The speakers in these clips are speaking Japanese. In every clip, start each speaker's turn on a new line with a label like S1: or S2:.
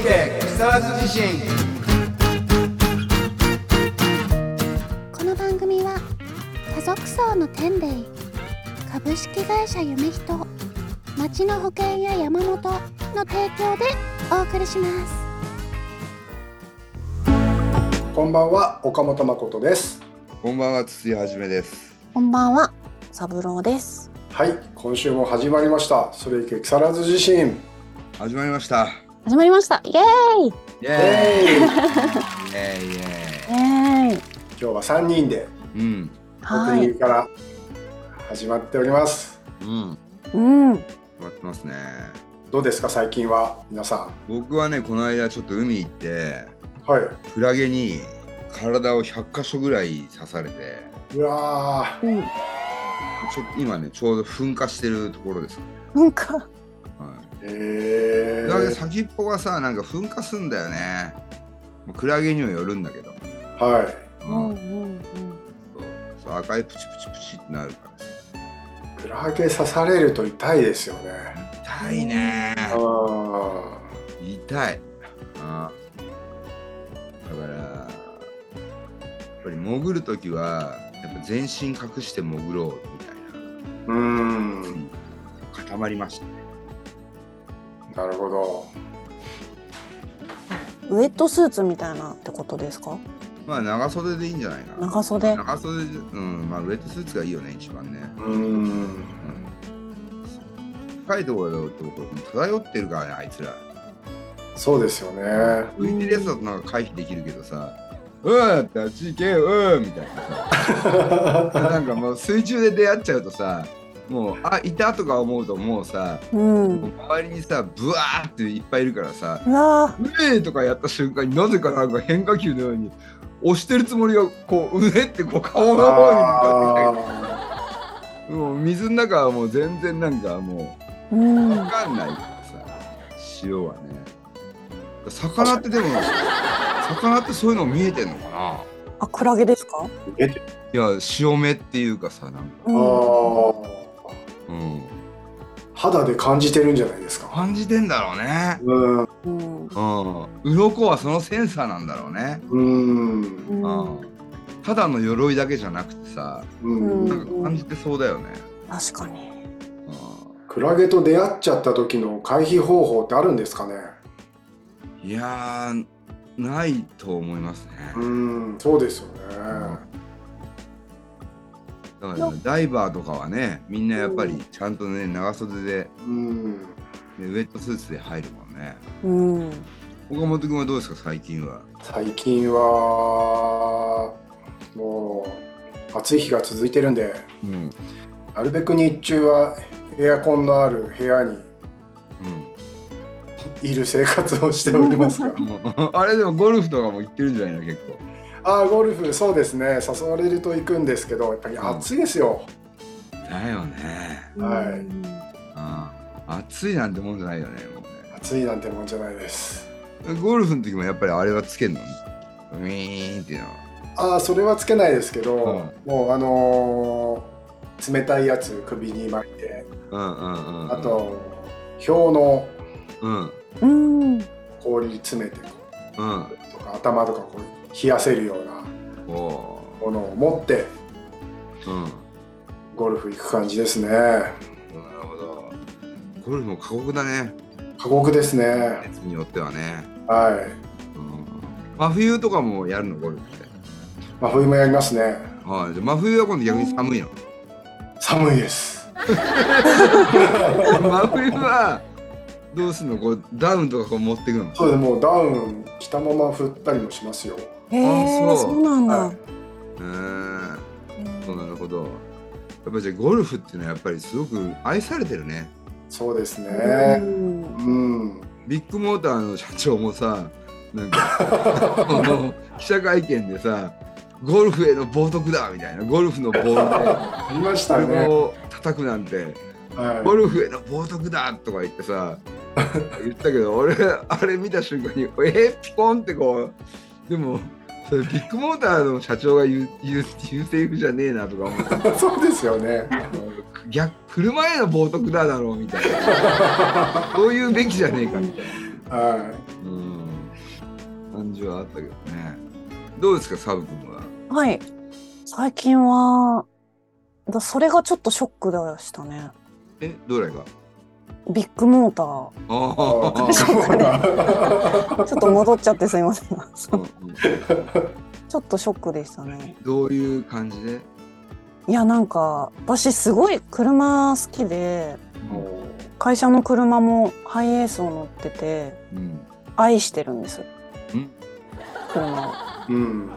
S1: サーズ地震
S2: この番組は家族層の天霊株式会社夢人町の保険や山本の提供でお送りします
S3: こんばんは、岡本誠です。
S1: こんばんは筒井はじめです
S4: こんばんは、サブローです。
S3: はい、今週も始まりました。それいけ木更津地震。
S1: 始まりました
S4: 始まりました。イエーイ。
S1: イ
S3: え
S1: エーイ
S3: ーイ
S1: イエーイイエ
S4: イエーイ。
S3: 今日は三人で、
S1: ーイうん
S3: オー
S4: は
S3: プニン
S4: い。
S3: グから始まっております。
S1: うん
S4: うん。
S1: 終わってますね
S3: どうですか、最近は、皆さ
S1: 僕はねこの間ちょっと海行って
S3: ん。は
S1: クラゲに体を100箇所ぐらい刺されて
S3: い。うわ
S4: うん。
S1: ちょっと今ねちょうど噴火してるところです、
S4: なんか。
S1: はい
S3: ー、え
S1: クラゲ
S3: ー、
S1: 先っぽがさなんか噴火すんだよねまあクラゲにもよるんだけど、
S3: は
S4: う
S1: うんん
S4: うん
S1: そうそう赤いプチプチプチってなるからさ
S3: い。クラゲ刺されると痛いですよね。
S1: 痛いね
S3: ああ。
S1: 痛いあだからやっぱり潜る時はやっぱ全身隠して潜ろうみたいう
S3: ーん。
S1: な固まりましたね
S3: なるほど。
S4: うん。ウエットスーツみたいなってことですか。
S1: まあ長袖でいいんじゃないかな
S4: 長袖。
S1: 長袖でうんまあウエットスーツがいいよね一番ね
S3: うーん。
S1: うん深いところだと漂ってるからねあいつら
S3: そうですよね。
S1: 浮いてるやつだとなんか回避できるけどさ「うん!」ってあっち行けうん!」みたいなさなんかもう水中で出会っちゃうとさもう「あいた!」とか思うともうさ
S4: うん。
S1: もう
S4: う
S1: 周りにさブワーっていっぱいいるからさ
S4: わ
S1: 「うえ!」とかやった瞬間になぜかなんか変化球のように押してるつもりがこううねってこう顔の方に向かってきたけど
S3: あ
S1: もう水の中はもう全然なんかもう。
S4: ー。うん
S1: わ。かんないからさ塩はね魚ってでも魚ってそういうの見えてんのかな
S4: あ、クラゲですか。
S3: ー出てる
S1: いや潮目っていうかさなんか、
S3: あ
S4: うん。
S3: ー。
S1: うん、
S3: 肌で感じてるんじゃないですか。
S1: 感じてんだろうね
S3: うん。う
S4: うん。
S1: うん鱗はそのセンサーなんだろうね、
S3: ん。
S4: うん。
S1: ただの鎧だけじゃなくてさ
S3: うん
S4: う
S1: なんか感じてそうだよね、
S4: 確かに。
S1: う
S3: クラゲと出会っちゃった時の回避方法ってあるんですかね。
S1: ん、いやーないと思いますね、
S3: うん、そうですよね。
S1: だからねダイバーとかはねみんなやっぱりちゃんとね長袖で
S3: うん。
S1: ねウェットスーツで入るもんね
S4: うん。
S1: 岡本君はどうですか最近は
S3: 最近はもう暑い日が続いてるんで、
S1: うんうん。
S3: なるべく日中はエアコンのある部屋にいる生活をしておりますが
S1: あれでもゴルフとかも行ってるんじゃないの結構
S3: ああ、ゴルフそうですね。誘われると行くんですけど、やっぱり暑いですよ。
S1: だよね
S3: はい
S4: い。
S1: ああ暑いなんてもんじゃないよねも
S3: 暑いなんてもんじゃないです。
S1: うねゴルフの時もやっぱりあれはつけんのウィーンっていうのは
S3: ああそれはつけないですけど、もうあのー冷たいやつ首に巻いて
S1: うんうんうんうん
S3: あと、氷の
S1: うんうん
S4: うん。
S3: 氷詰めてとか頭とかこう冷やせるような
S1: お
S3: ものを持って
S1: ーうん
S3: ゴルフ行く感じですね
S1: なるほどゴルフも過酷だね
S3: 過酷ですね
S1: やつによってはね、
S3: はい
S1: うん、真冬とかもやるのゴルフって
S3: 真冬もやりますね
S1: はいじゃあ真冬は今度逆に寒い の
S3: 寒いです
S1: 真冬はどうすんのこうダウンとかこう持っていくの
S3: そうですもうダウン着たまま振ったりもしますよ
S4: へえ
S1: あそ
S4: ー、
S1: う
S4: そうなん
S3: は
S4: だ
S3: い。
S1: うーんそうなるほどやっぱじゃあゴルフっていうのはやっぱりすごく愛されてるね
S3: そうですね
S4: うん
S3: うん
S1: ビッグモーターの社長もさなんかあの記者会見でさゴルフへの冒涜だみたいなゴルフのボー
S3: ありまし
S1: ル
S3: た
S1: で車
S3: ね、
S1: を叩くなんて
S3: は
S1: ゴルフへの冒涜だとか言ってさ言ったけど俺あれ見た瞬間にえー、ピコンってこうでもそれビッグモーターの社長が言う言う言うセリフじゃねえなとか思って
S3: い、 そうですよね
S1: 逆車への冒涜だだろうみたいなそういうべきじゃねえかみたいな
S3: はい
S1: うん感じはあったけどねどうですかサブ君は
S4: はい。最近は、だそれがちょっとショックでしたね。
S1: えどれが
S4: ビッグモーター。
S1: あ
S3: あ
S1: あ
S4: ちょっと戻っちゃってすいません。
S1: う
S4: そ
S1: んう
S4: う
S1: ん
S4: ちょっとショックでしたね。
S1: どういう感じで
S4: いや、なんか、私すごい車好きで、
S1: うん
S4: 会社の車もハイエースを乗ってて、
S1: うん
S4: 愛してるんです。
S1: うん
S4: 車を。
S3: うん。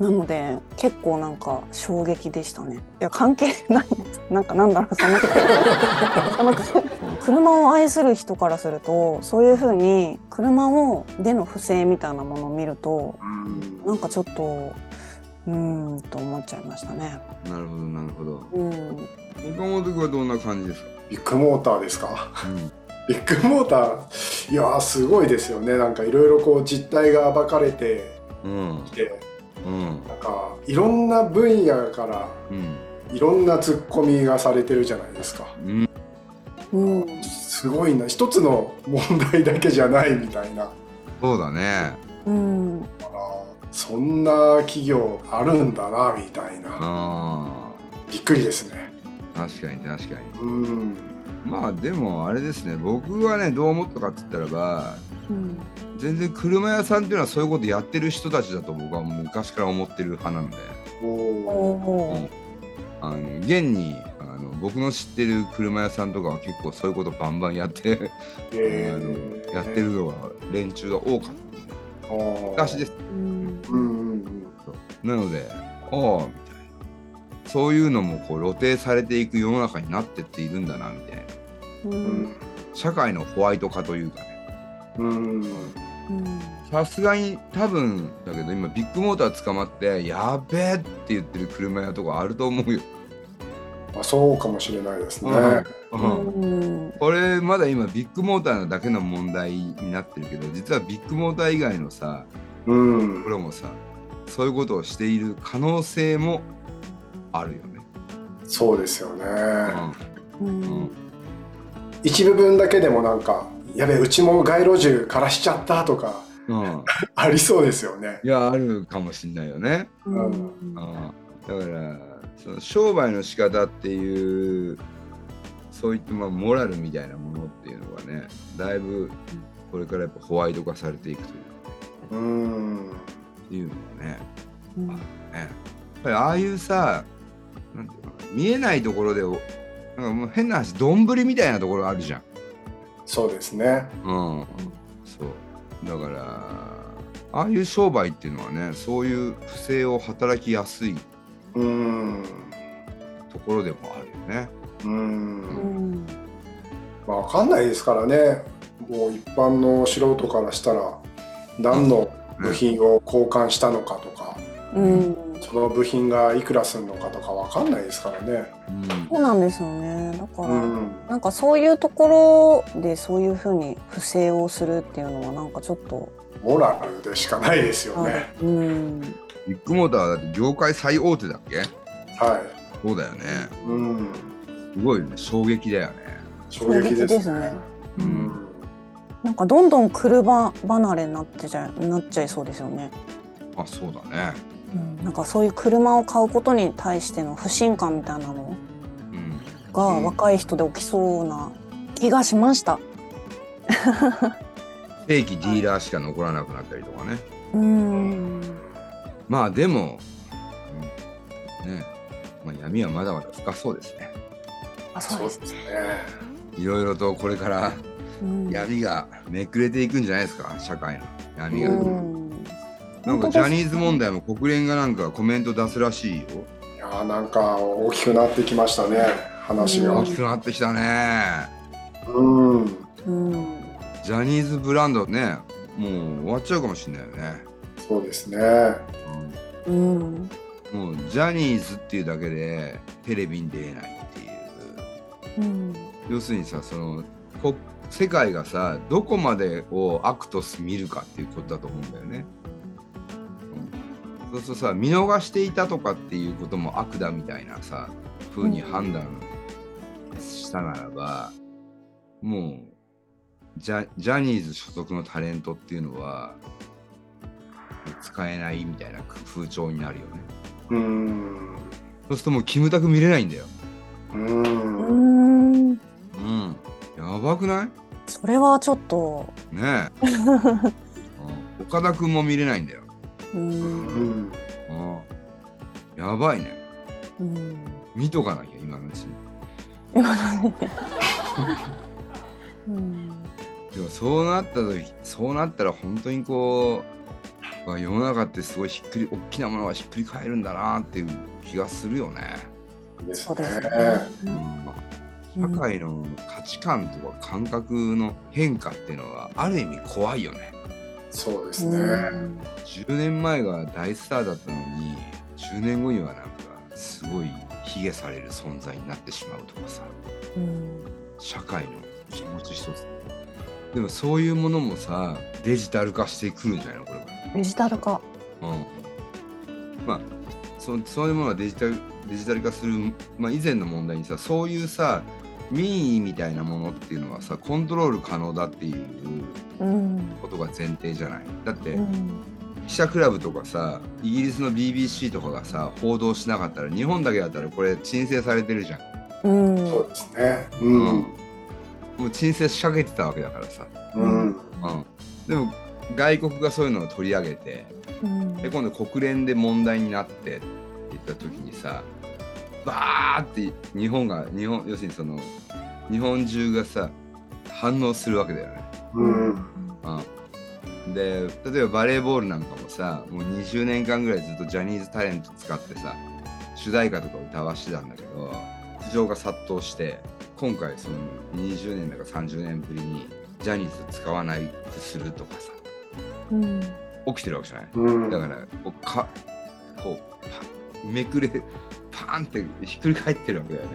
S4: なので結構なんか衝撃でしたね。いや関係ないなんかなんだろうそのその車を愛する人からするとそういう風に車をでの不正みたいなものを見ると
S3: うん
S4: なんかちょっとうーんと思っちゃいましたね。
S1: なるほどなるほど
S4: うん
S1: 岡本君はどんな感じですか、
S3: ビッグモーターですか。
S1: う ん
S3: ビッグモーター、いやーすごいですよね。なんかいろいろこう実態が暴かれて
S1: うん
S3: きて、
S1: うん
S3: なんかいろんな分野から
S1: うん
S3: いろんなツッコミがされてるじゃないですか。
S1: うん
S4: うん
S3: すごいな。一つの問題だけじゃないみたいな。
S1: そうだね
S4: うん
S3: あーそんな企業あるんだなみたいな
S1: あ
S3: びっくりですね
S1: あ確かに確かに
S3: うん
S1: まあでもあれですね僕はねどう思ったかって言ったらば
S4: うん
S1: 全然車屋さんっていうのはそういうことやってる人たちだと僕はもう昔から思ってる派なので
S4: お
S3: おー
S4: お
S1: あの現にあの僕の知ってる車屋さんとかは結構そういうことバンバンや って、
S3: え
S1: あのやってるのが連中が多かった昔ですす
S4: うん
S3: うんうん
S1: なのでああみたいなそういうのもこう露呈されていく世の中になってっているんだなみたいな
S4: う
S3: うんん
S1: 社会のホワイト化というかね
S3: うん
S4: うん
S1: さすがに多分だけど今ビッグモーター捕まってやべえって言ってる車屋とかあると思うよ、
S3: まあそうかもしれないですね
S4: うん
S1: これまだ今ビッグモーターだけの問題になってるけど実はビッグモーター以外のさ
S3: うん
S1: プロもさそういうことをしている可能性もあるよね。
S3: そうですよね
S4: うん
S3: 一部分だけでもなんかやべうちも街路樹枯らしちゃったとか
S1: うんうん、
S3: ありそうですよね
S1: いやあるかもしんないよね。
S4: うん
S1: うん、だからその商売の仕方っていうそういったまあモラルみたいなものっていうのがねだいぶこれからやっぱホワイト化されていくというか
S3: うん
S1: っていうのがね
S4: うん
S1: ね、やっぱりああいうさなんていうのかな見えないところでおなんかもう変な話どんぶりみたいなところあるじゃん。
S3: そうですね
S1: うん、そうだからああいう商売っていうのはねそういう不正を働きやすい
S3: うん
S1: ところでもあるよね。
S3: うん
S4: うん
S3: まあ、わかんないですからねもう一般の素人からしたら何の部品を交換したのかとか、
S4: うん
S3: その部品がいくらするのかとかわかんないですからね。
S1: うん
S4: そうなんですよね。だから、
S3: うん
S4: なんかそういうところでそういうふうに不正をするっていうのはなんかちょっと、
S3: モラルでしかないですよね。
S4: うん、
S1: ビッグモーターはだって業界最大手だっけ
S3: は
S1: そうだよね
S3: い。うん。
S1: すごいよね衝撃だよね。
S3: 衝撃ですね。
S4: 衝撃ですね
S1: う
S3: うんん。
S4: なんかどんどん車離れになってちゃなっちゃいそうですよね。
S1: あそうだね。
S4: うん、なんかそういう車を買うことに対しての不信感みたいなの
S1: うん、
S4: が
S3: うん
S4: 若い人で起きそうな気がしました。
S1: 正規ディーラーしか残らなくなったりとかね。
S4: うん、
S1: まあでも、うんねまあ、闇はまだまだ深そうですね。
S4: あそう
S3: そ
S4: で。
S3: うですすね。
S1: いろいろとこれから
S4: うん
S1: 闇がめくれていくんじゃないですか社会の闇
S4: う
S1: が、
S4: ん、
S1: なん
S4: 本当
S1: か
S4: です
S1: ジャニーズ問題も国連がなんかコメント出すらしいよ
S3: いやーなんか大きくなってきましたね話が
S1: 大。きくなってきたね
S3: うん。
S4: うん、
S1: ジャニーズブランドねもう終わっちゃうかもしれないよね、
S3: そうですね。
S4: うん、
S1: もうジャニーズっていうだけでテレビに出れないっていう
S4: うん、
S1: 要するにさそのこ世界がさどこまでを悪と見るかっていうことだと思うんだよね。うんそうするとさ見逃していたとかっていうことも悪だみたいなさ風に判断したならば、もうジャジャニーズ所属のタレントっていうのは使えないみたいな風潮になるよね
S3: うーん
S1: そうするともうキムタク見れないんだよ
S3: う
S4: う
S3: ーん
S4: ーん
S1: うんやばくない
S4: それはちょっと
S1: ねえ、うん岡田君も見れないんだよ、
S4: うー
S3: うん
S1: う
S3: ん
S1: んやばいね
S4: うん
S1: 見とかなきゃ今のうちに
S4: 今のねうん
S1: でもそうなった時そうなったら本当にこうわ世の中ってすごいひっくり大きなものはひっくり返るんだなっていう気がするよね、
S3: です
S4: そう
S3: ね
S4: ですね
S1: うん社会の価値観とか感覚の変化っていうのはある意味怖いよね
S3: そうです
S4: う
S3: ね
S4: ん
S1: 10年前が大スターだったのに10年後にはなんかすごい卑下される存在になってしまうとかさ
S4: うん
S1: 社会の気持ち一つでもそういうものもさデジタル化してくるんじゃないのこれは
S4: デジタル化
S1: うん、まあそそういうものはデジタルデジタル化する、まあ、以前の問題にさそういうさ民意みたいなものっていうのはさコントロール可能だっていう
S4: うん
S1: ことが前提じゃないだって
S4: うん
S1: 記者クラブとかさイギリスの BBC とかがさ報道しなかったら日本だけだったらこれ鎮静されてるじゃん、
S4: うん
S3: そうですねうん
S1: もう鎮静仕掛けてたわけだからさ、
S3: うん
S1: うん、でも外国がそういうのを取り上げて
S4: うん
S1: で今度国連で問題になってって言った時にさバーって日本が日本要するにその日本中がさ反応するわけだよね。
S3: うん
S1: うん、で例えばバレーボールなんかもさもう20年間ぐらいずっとジャニーズタレント使ってさ主題歌とか歌わしてたんだけど苦情が殺到して今回その20年だか30年ぶりにジャニーズ使わないくするとかさ
S4: うん
S1: 起きてるわけじゃない
S3: うん
S1: だからこうかこうパめくれパーンってひっくり返ってるわけだよね。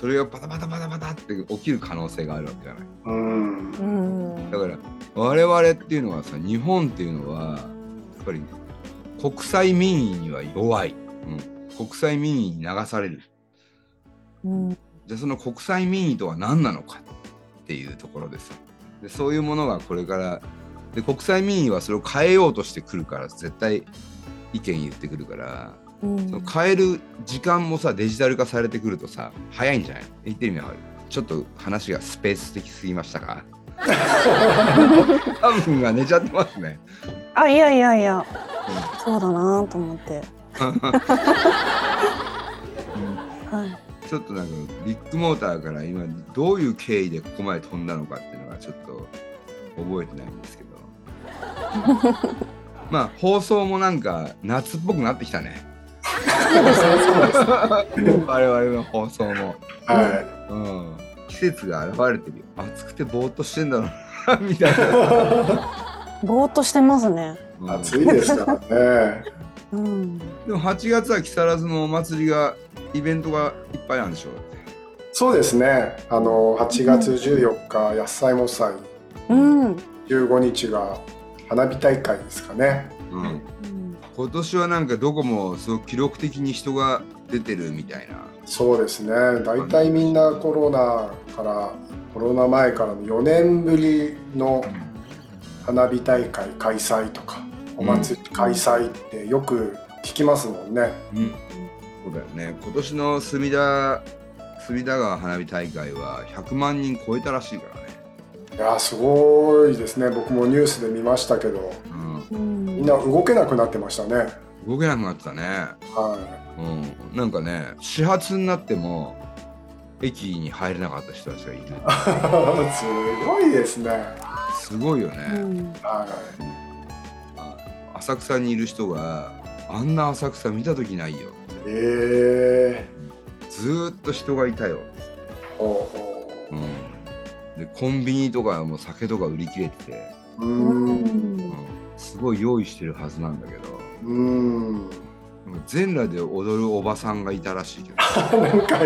S1: それがバタバタバタバタって起きる可能性があるわけじゃない。
S3: うん
S4: うん
S1: だから我々っていうのはさ日本っていうのはやっぱり国際民意には弱い、うん、国際民意に流される
S4: うん
S1: じゃあその国際民意とは何なのかっていうところでさでそういうものがこれからで国際民意はそれを変えようとしてくるから絶対意見言ってくるから
S4: うん
S1: その変える時間もさデジタル化されてくるとさ早いんじゃない言ってる意味わかるちょっと話がスペース的すぎました か多分が寝ちゃってますね
S4: あいやいやいや、そうだなと思って、はい、
S1: ちょっとなんかビッグモーターから今どういう経緯でここまで飛んだのかっていうのがちょっと覚えてないんですけ どまあ放送もなんか夏っぽくなってきたね 我々の放送も。
S3: は
S1: うん、季節が現れてるよ暑くてぼーっとしてんだろうな みたいな、
S4: ぼーっとしてますね
S1: う
S3: い
S1: ん
S3: 暑いですからね
S4: うん
S1: でも8月は木更津のお祭りがイベントがいっぱいあるんでしょうだって
S3: そうですねあの8月14日野菜も祭
S4: うん、うん
S3: 15日が花火大会ですかね
S1: うん、今年はなんかどこもすごく記録的に人が出てるみたいな
S3: そうですね大体みんなコロナからコロナ前からの4年ぶりの花火大会開催とかお祭り開催ってよく聞きますもんね。
S1: うんそうだよね今年の隅田隅田川花火大会は100万人超えたらしいからね、
S3: いやーすごいですね僕もニュースで見ましたけど
S4: う
S3: み
S4: ん
S3: んな動けなくなってましたね。
S1: うん、動けなくなってたね
S3: は
S1: うん、なんかね始発になっても駅に入れなかった人たちがいる
S3: い、すごいですね。
S1: すごいよ
S4: う
S1: ね、
S4: ん
S3: は
S1: 浅草にいる人があんな浅草見た時ないよ
S3: い、え
S1: ずーっと人がいたよ、
S3: ー、ほうほ
S1: うん、でコンビニとかも酒とか売り切れてて、
S3: うう
S4: う
S3: ーん
S1: うんん、すごい用意してるはずなんだけど
S3: うーん
S1: なんか全裸で踊るおばさんがいたらしい けど
S3: なんか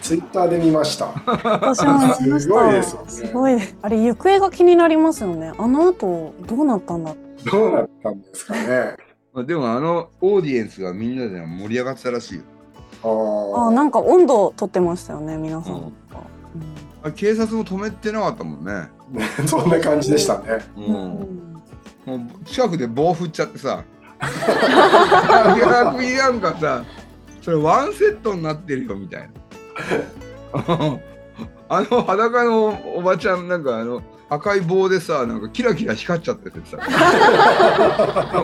S3: ツイッターで見ました。
S4: 私も見まし
S3: すごいですよ
S4: た
S3: ね
S4: すごいあれ行方が気になりますよねあの後どうなったんだ
S3: どうなったんですかね。
S1: まあでもあのオーディエンスがみんなで盛り上がってたらしいよ
S3: あー
S4: あなんか温度取ってましたよね皆さん、
S1: うん
S4: うん
S1: あれ警察も止めてなかったもんね、
S3: そんな感じでしたね。
S1: うんもう近くで棒振っちゃってさ逆になんかさそれワンセットにな ってるよみたいなあの裸のおばちゃんなんかあの赤い棒でさなんかキラキラ光っちゃっててさ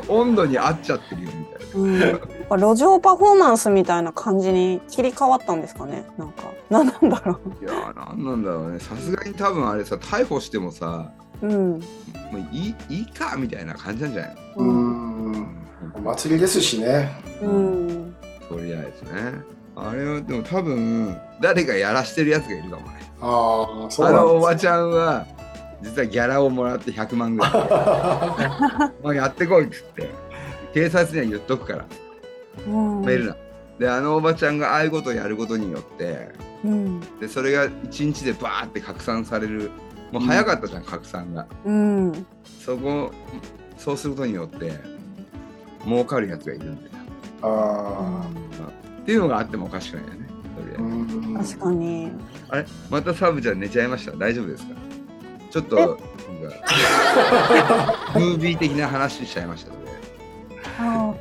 S1: 温度に合っちゃってるよみたいな
S4: うん、やっぱ路上パフォーマンスみたいな感じに切り替わったんですかねなんか何なんだろ
S1: いやーなんなんだろうねさすがに多分あれさ逮捕してもさ
S4: う、うん
S1: もういいいいかみたいな感じなんじゃないの
S3: うーんお祭りですしね
S4: うん、
S1: とりあえずねあれはでも多分誰かやらしてるやつがいるかもね
S3: ああそう
S1: あ
S3: な
S1: のお
S3: んで
S1: ばちゃんは実はギャラをもらって100万ぐらいまあやってこいっつって警察には言っとくから
S4: うん
S1: メールなであのおばちゃんがああいうことをやることによって
S4: うん
S1: でそれが1日でバーって拡散されるもう早かったじゃん、拡散が
S4: うん
S1: そこそうすることによって儲かるやつがいるんだよ
S3: すあ
S1: っていうのがあってもおかしくないよねとりあえ
S3: あ
S1: ず
S3: う
S4: 確
S3: ん
S4: かに
S1: あれまたサブちゃん寝ちゃいました大丈夫ですかちょっとなんかムービー的な話しちゃいましたので、
S4: あ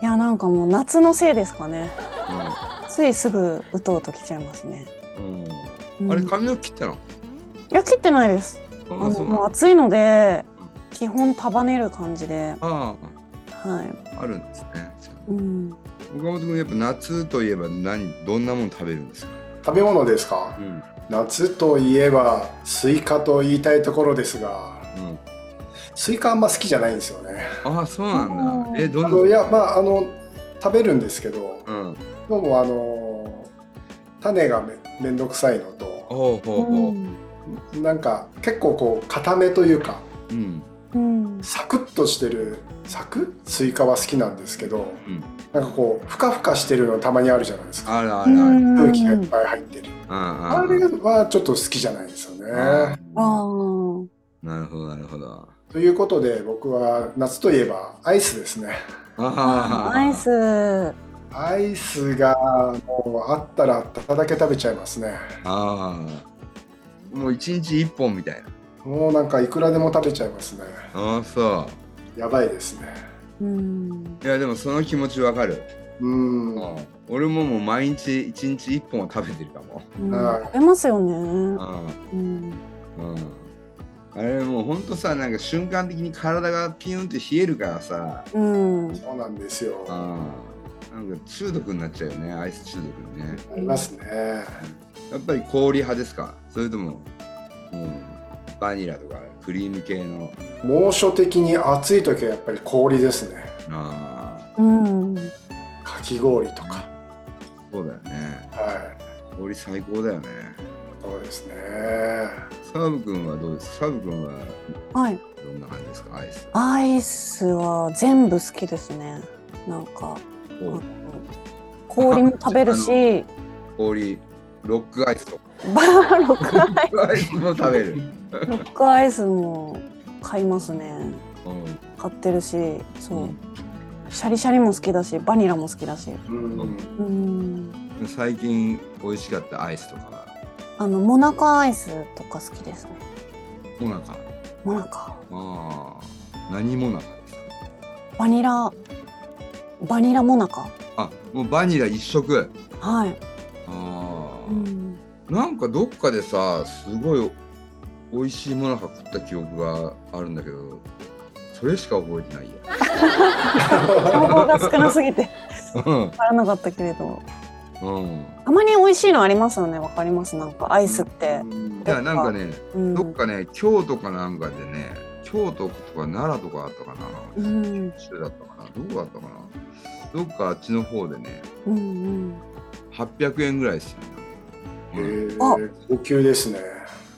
S4: ーいやなんかもう夏のせいですかねついすぐうとうときちゃいますね、
S1: うんう
S4: うん
S1: ん、あれ髪の毛切ったの
S4: いや切ってないです
S1: あ
S4: あの
S1: そうな
S4: もう
S1: の
S4: 暑いので
S1: うん
S4: 基本束ねる感じで
S1: あ
S4: はい、
S1: ああるんですね
S4: うん、
S1: 岡本君やっぱ夏といえば何どんなもの食べるんですか、
S3: 食べ物ですか
S1: うん
S3: 夏といえばスイカと言いたいところですが
S1: うん、
S3: スイカあんま好きじゃないんですよね
S1: ああそうなんだえど
S3: あ
S1: んな
S3: のいやまああの食べるんですけど
S1: うん
S3: どうもあの種がめめんどくさいのと
S1: ほうほうほ
S3: なんか結構こう固めというか
S1: ううん
S4: うん
S3: サクッとしてるサクッスイカは好きなんですけど、
S1: うん
S3: なんかこうふかふかしてるのたまにあるじゃないですか
S1: あらあらあら
S4: うん
S3: 空気がいっぱい入ってる、
S1: あ
S3: あ
S1: あ
S3: れはちょっと好きじゃないですよね。
S1: あ
S4: あー
S1: なるほどなるほど
S3: ということで僕は夏といえばアイスですね
S1: あ
S4: アイス
S3: アイスがもうあったらあっただけ食べちゃいますね
S1: ああもう一日一本みたいな
S3: もうなんかいくらでも食べちゃいますね
S1: ああそ
S3: やばいですね
S4: うん
S1: ういやでもその気持ちわかる、
S3: うん、
S1: うん、俺ももう毎日一日一本は食べてるかも
S4: うん
S3: はい
S4: 食べますよね、
S1: ああ
S4: うん、
S1: うんあれもうほんとさなんか瞬間的に体がピュンって冷えるからさ
S4: うん、
S3: そうなんですよあ
S1: ああなんか中毒になっちゃうよねアイス中毒にね
S3: りますね
S1: やっぱり氷派ですかそれとも、うん、バニラとかクリーム系の
S3: 猛暑的に暑い時はやっぱり氷ですね
S1: ああ
S4: うん、
S3: かき氷とか
S1: そうだよね
S3: はい
S1: 氷最高だよね
S3: そうですね
S1: サブ君はどうですサブ君は
S4: はい、
S1: どんな感じですかアイス
S4: アイスは全部好きですね。なんか、あの氷も食べる し、
S1: 氷ロックアイスとか
S4: バー ロックアイ
S1: ロックアイスも食べる、
S4: ス、ロックアイスも買いますね。
S1: うん
S4: 買ってるし、そう
S1: う、
S4: シャリシャリも好きだし、バニラも好きだし。
S3: うん
S4: うん、
S1: 最近美味しかったアイスとかは
S4: あのモナカアイスとか好きですね。
S1: もなか
S4: モナカ、
S1: ああ何もなかですか
S4: バニラ、バニラモナカ。
S1: あもうバニラ一色
S4: はい、
S1: ああ、
S4: うん、
S1: なんかどっかでさすごい美味しいもなか食った記憶があるんだけどそれしか覚えてないや
S4: 情報が少なすぎて
S1: うん
S4: わからなかったけれど。
S1: うん
S4: たまに美味しいのありますよねわかりますなんかアイスって、
S1: いやなんかね
S4: うん、
S1: どっかね京都かなんかでね京都とか奈良とかあったかな
S4: うん
S1: 州だったかなどこだったかなどっかあっちの方でね
S4: うんうん
S1: 800円ぐらいですよね、
S3: へ
S1: うん
S3: え
S4: あ
S3: 高級ですね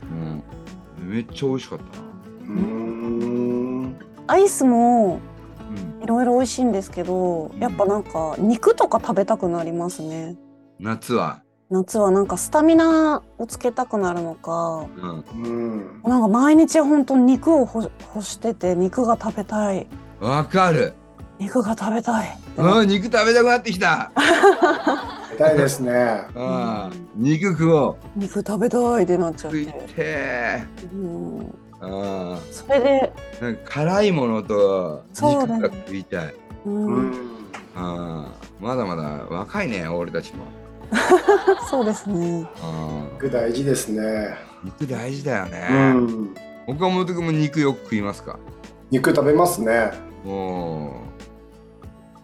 S1: うんめっちゃ美味しかったな
S3: うん
S4: アイスも
S1: うん
S4: いろいろ美味しいんですけどやっぱなんか肉とか食べたくなりますね
S1: 夏は
S4: 夏はなんかスタミナをつけたくなるのか
S1: うん
S3: うん
S4: なんか毎日本当に肉をほ欲してて肉が食べたい
S1: わかる
S4: 肉が食べたいってな
S1: うん肉食べたくなってきた
S3: 食べたいですね
S1: あー肉食おう
S4: 肉食べたいってなっちゃっ
S1: 食いて
S4: て、
S1: え
S4: うん、
S1: あ
S4: それで
S1: ーなんか辛いものと
S4: そう
S1: 肉
S4: だ
S1: が
S4: ね
S1: 食いたい
S4: う、
S3: うんん
S1: あーまだまだ若いね俺たちも
S4: そうですね。
S1: あー
S3: 肉大事ですね、
S1: 肉大事だよね、
S3: うん、
S1: 岡本君も肉よく食いますか
S3: 肉食べますね
S1: も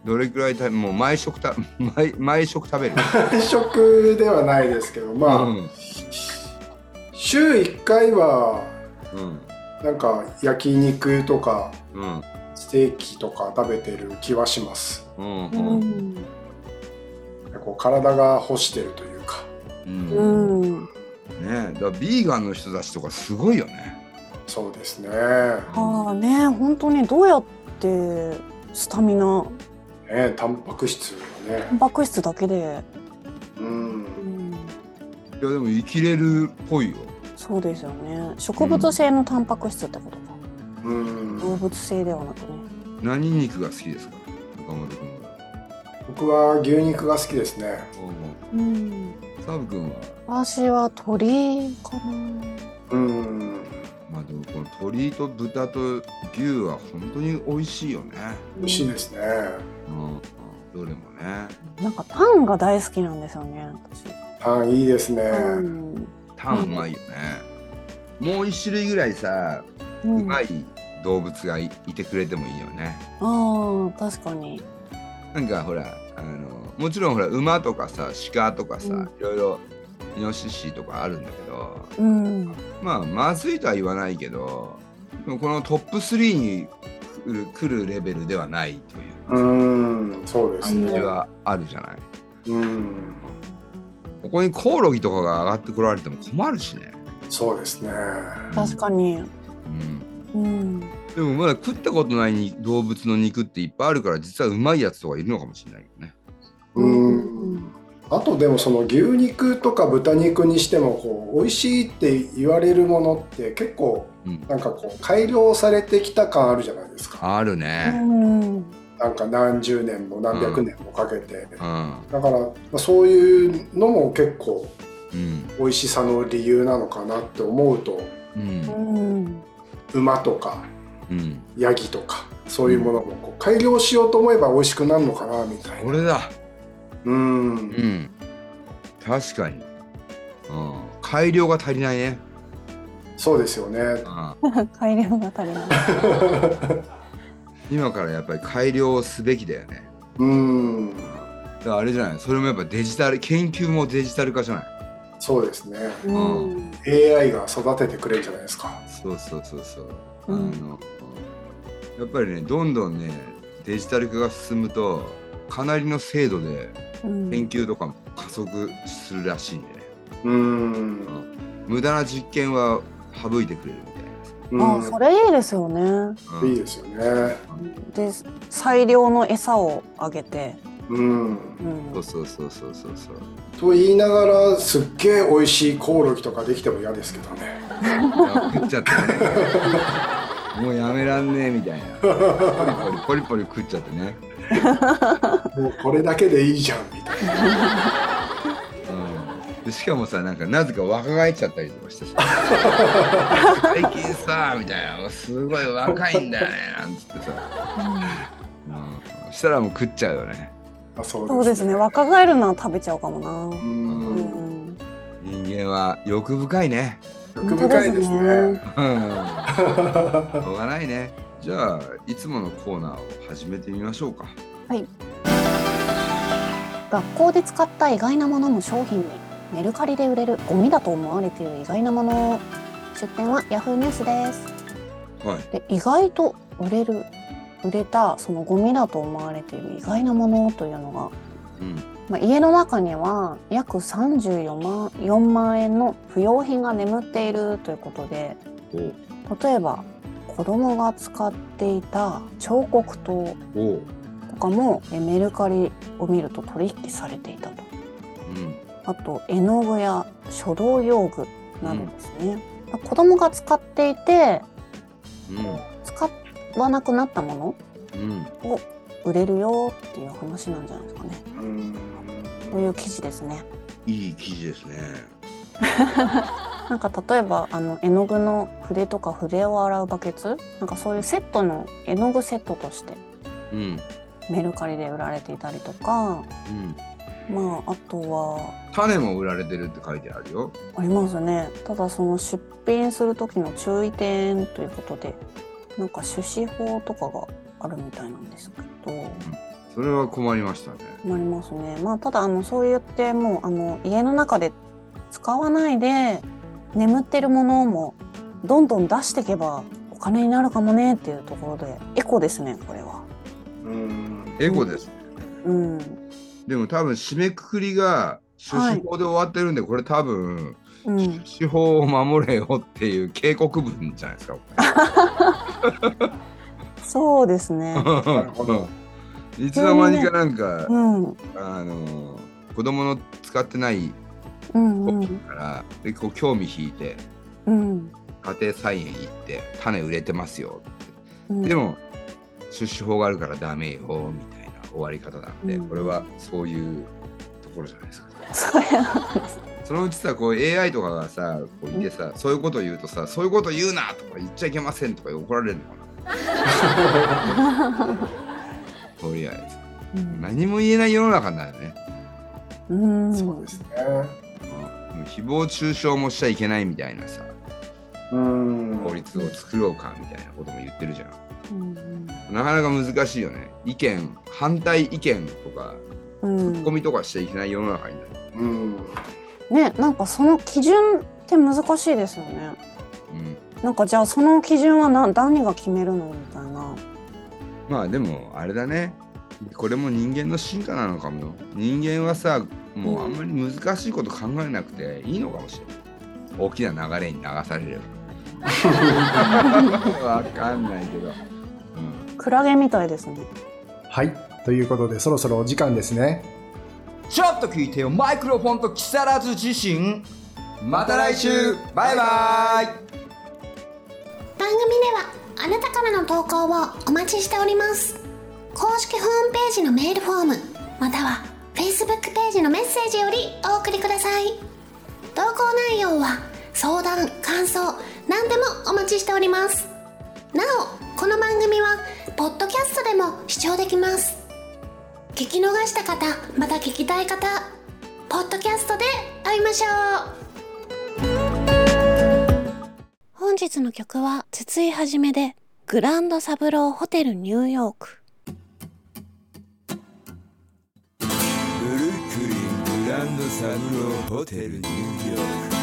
S1: うどれくらい食べもう毎食た 毎毎食食べる、
S3: 外食ではないですけどまあ、
S1: うん
S3: 週1回は
S1: うん
S3: なんか焼肉とか
S1: うん
S3: ステーキとか食べてる気はします
S1: うん
S4: う
S1: うん
S4: ん、
S3: こう体が欲してるというか
S1: うんね
S4: うん、
S1: だからビーガンの人たちとかすごいよね
S3: そうですね
S4: ああね、本当にどうやってスタミナ、
S3: ねタンパク質が
S4: タン
S3: ね
S4: パク質だけで、
S3: う
S4: うんん、
S1: いやでも生きれるっぽいよ
S4: そうですよね。植物性のタンパク質ってことか。
S3: うん
S4: 動物性ではなくね。
S1: 何肉が好きですか岡本君は
S3: 僕は牛肉が好きですね
S4: うん、
S1: サブ君は
S4: 私は鳥かな。
S3: うん
S1: まあでもこの鶏と豚と牛は本当に美味しいよね
S3: 美味しいですね
S1: うんうんどれもね
S4: なんかパンが大好きなんですよね。私。
S3: パンいいですね
S4: パン。
S1: タンうまいよねもう一種類ぐらいさ
S4: う
S1: うんまい動物がいいてくれてもいいよね
S4: ああ、確かに。
S1: なんかほらあのもちろんほら馬とかさ鹿とかさ、
S4: うん
S1: いろいろイノシシとかあるんだけど
S4: うん。
S1: まあまずいとは言わないけどでもこのトップ3に来る来るレベルではないという
S3: うんそうです
S1: 感じ
S3: ね
S1: はあるじゃない。
S3: うん
S1: ここにコオロギとかが上がってこられても困るしね。
S3: そうですね
S4: 確かに。
S1: うん
S4: うん。
S1: でもまだ食ったことないに動物の肉っていっぱいあるから実はうまいやつとかいるのかもしれないよね。
S3: うんあとでもその牛肉とか豚肉にしてもこう美味しいって言われるものって結構
S1: うん、
S3: なんかこう改良されてきた感あるじゃないですか
S1: ある
S4: う
S1: ね。
S4: ん。
S3: なんか何十年も何百年もかけて、だ
S1: う
S3: か
S1: ん
S3: らまあそういうのも結構
S1: うん
S3: 美味しさの理由なのかなって思うと
S1: うん
S4: うん。
S3: 馬とか
S1: うん、
S3: ヤギとかそういうものもこう改良しようと思えば美味しくなるのかなみたい
S1: こ
S3: な
S1: れだ。
S3: うん、
S1: うん、確かに、うん、改良が足りないね、
S3: そうですよ ね
S1: うん、
S4: 改良が足りない。
S1: 今からやっぱり改良をすべきだよね
S3: うん
S1: だからあれじゃないそれもやっぱデジタル研究もデジタル化じゃない
S3: そうですね
S4: うん。
S3: AI が育ててくれるんじゃないですか
S1: そうそうそうそう、
S4: うん
S1: あのやっぱりねどんどんねデジタル化が進むとかなりの精度で
S4: うん
S1: 研究とかも加速するらしいんでね、
S3: うん
S1: うん、無駄な実験は省いてくれるみたい
S3: うん
S4: ああ、それいいですよね。
S1: な、
S3: いいですよね
S4: で、最良の餌をあげて。
S3: うん
S4: うん
S1: うん、。そうそうそうそうそうそう
S3: と言いながらすっげえ美味しいコオロギとかできても嫌ですけどね
S1: 食っちゃってねもうやめらんねえ みたいなポリポリポリポリ食っちゃってね、
S3: もうこれだけでいいじゃんみたいな
S1: うん、でしかもさなんかなぜか若返っちゃったりとかしてさ最近さみたいなすごい若いんだよねなんつってさ、うん、したらもう食っちゃうよね
S3: あそう
S4: そうですね。若返るのは食べちゃうかもな
S3: う。
S4: うんん。
S1: 人間は欲深いね
S3: 欲深いですね
S4: 本
S1: うんしょうがないねじゃあいつものコーナーを始めてみましょうか
S2: 学校で使った意外なものも商品にメルカリで売れるゴミだと思われている意外なもの出店はヤフーニュースです
S1: はい
S4: で意外と売れる売れたそのゴミだと思われている意外なものというのが、
S1: うん
S4: まあ、家の中には約34万4万円の不用品が眠っているということで例えば子供が使っていた彫刻刀
S1: おおう
S4: とかもえメルカリを見ると取引されていたと
S1: うん
S4: あと絵の具や書道用具などですね、子供が使っていて使わなくなったもの
S1: うんうん
S4: 売れるよっていう話なんじゃないですかね。
S3: うん
S4: こういう記事ですね。
S1: いい記事ですね。
S4: なんか例えばあの絵の具の筆とか筆を洗うバケツなんかそういうセットの絵の具セットとして
S1: うん。
S4: メルカリで売られていたりとか
S1: うん、
S4: まああとは
S1: 種も売られてるって書いてあるよ。
S4: ありますねただその出品する時の注意点ということでなんか種子法とかがあるみたいなんですけど
S1: それは困りましたね。
S4: 困りますねまあただあのそう言ってもうあの家の中で使わないで眠ってるものもどんどん出していけばお金になるかもねっていうところでエコですねこれは
S3: うん
S1: エゴです。
S4: うん
S1: でも多分締めくくりが種子法で終わってるんで、これ多分
S4: うん
S1: 種子法を守れよっていう警告文じゃないですか。
S4: そうで すね
S3: なるほど
S1: いつの間にかなんか、
S4: うんうん
S1: あの子供の使ってない
S4: うん
S1: からでこう興味引いて
S4: うん
S1: 家庭菜園行って種売れてますよって。
S4: うん
S1: でも出資法があるからダメよみたいな終わり方なんで、
S4: うん
S1: これはそういうところじゃないですか。
S4: それは
S1: そのうちさこう AI とかがさこういてさ、そういうこと言うとさそういうこと言うなとか言っちゃいけませんとか怒られるのか なとりあえず
S4: うん
S1: 何も言えない世の中になるね、
S4: うん
S3: そうですね
S1: うん、誹謗中傷もしちゃいけないみたいなさ
S3: うん
S1: 法律を作ろうかみたいなことも言ってるじゃん
S4: うん
S1: なかなか難しいよね意見反対意見とか
S4: うん
S1: ツッコミとかしちゃいけない世の中になる
S3: うん
S4: ねなんかその基準って難しいですよね
S1: うん
S4: なんかじゃあその基準は何何が決めるのみたいな
S1: まあでもあれだねこれも人間の進化なのかもよ人間はさもうあんまり難しいこと考えなくていいのかもしれない大きな流れに流されれば わかんないけど、うん、
S4: クラゲみたいですね
S5: はい。ということで、そろそろお時間ですね。
S1: ちょっと聞いてよマイクロフォンと木更津自身また来週バイバイ
S2: 番組ではあなたからの投稿をお待ちしております公式ホームページのメールフォームまたは Facebook ページのメッセージよりお送りください投稿内容は相談感想何でもお待ちしておりますなおこの番組はポッドキャストでも視聴できます聞き逃した方また聞きたい方ポッドキャストで会いましょう本日の曲は筒井はじめでグランドサブローホテルニューヨーク
S6: ブルックリングランドサムローホテルニューヨーク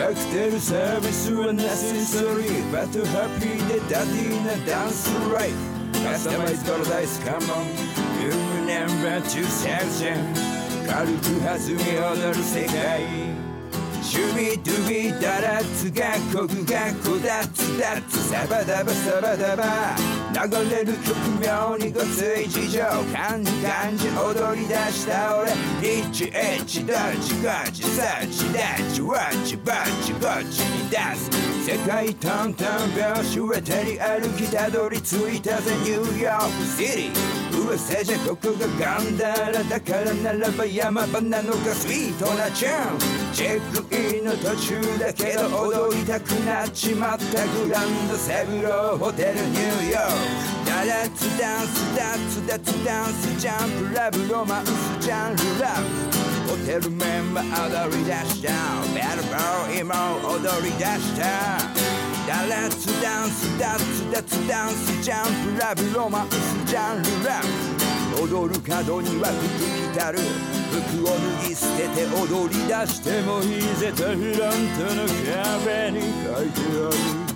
S6: カクテルサービスはナセソリーバトハッピーでダディなダンスライフカスタマイズパラダイスカモンルームナンバー2000軽く弾み踊る世界シュビドゥビダラッツがコクがこだつだつサバダバサバダバ流れる曲妙にごつい事情感じ感じ踊り出した俺リッチエッチドッチゴチサッチダッチワッチバッチゴチに出す世界トントン拍子渡り歩きたどり着いたぜニューヨークシティ噂じゃここがガンダラだからならば山場なのかスイートなチャンチェックインの途中だけど踊りたくなっちまったグランドセブローホテルニューヨークダラツダンスダツダツダンスジャンプラブロマンスジャンルラブホテルメンバー踊り出したベルボーイも踊り出したダラツダンスダツダツダンスジャンプラブロマンスジャンルラブ踊る角には服着たる服を脱ぎ捨てて踊り出してもいいぜテヘラントの壁に書いてある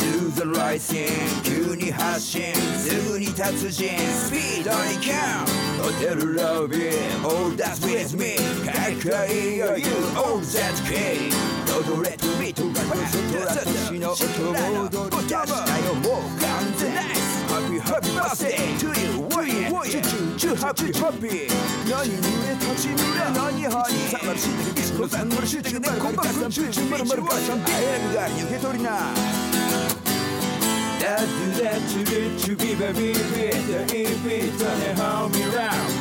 S6: Do the rising 急に発進すぐに達人スピードにキャンホテルロビー All that's with me かっこいいよ You all that key 踊れとビートが乗せた私の音を踊り出したよもう完全ナイス Happy Happy Birthday to you Warrior Warrior チュチュハッピーハッピー何にれ立ち見だ何ハニー楽しいてきのさんまるしいてきねこんばんはチュチュまるまるばシャンピーが受け取りな That's that to be to be baby, the EP, turn it home around.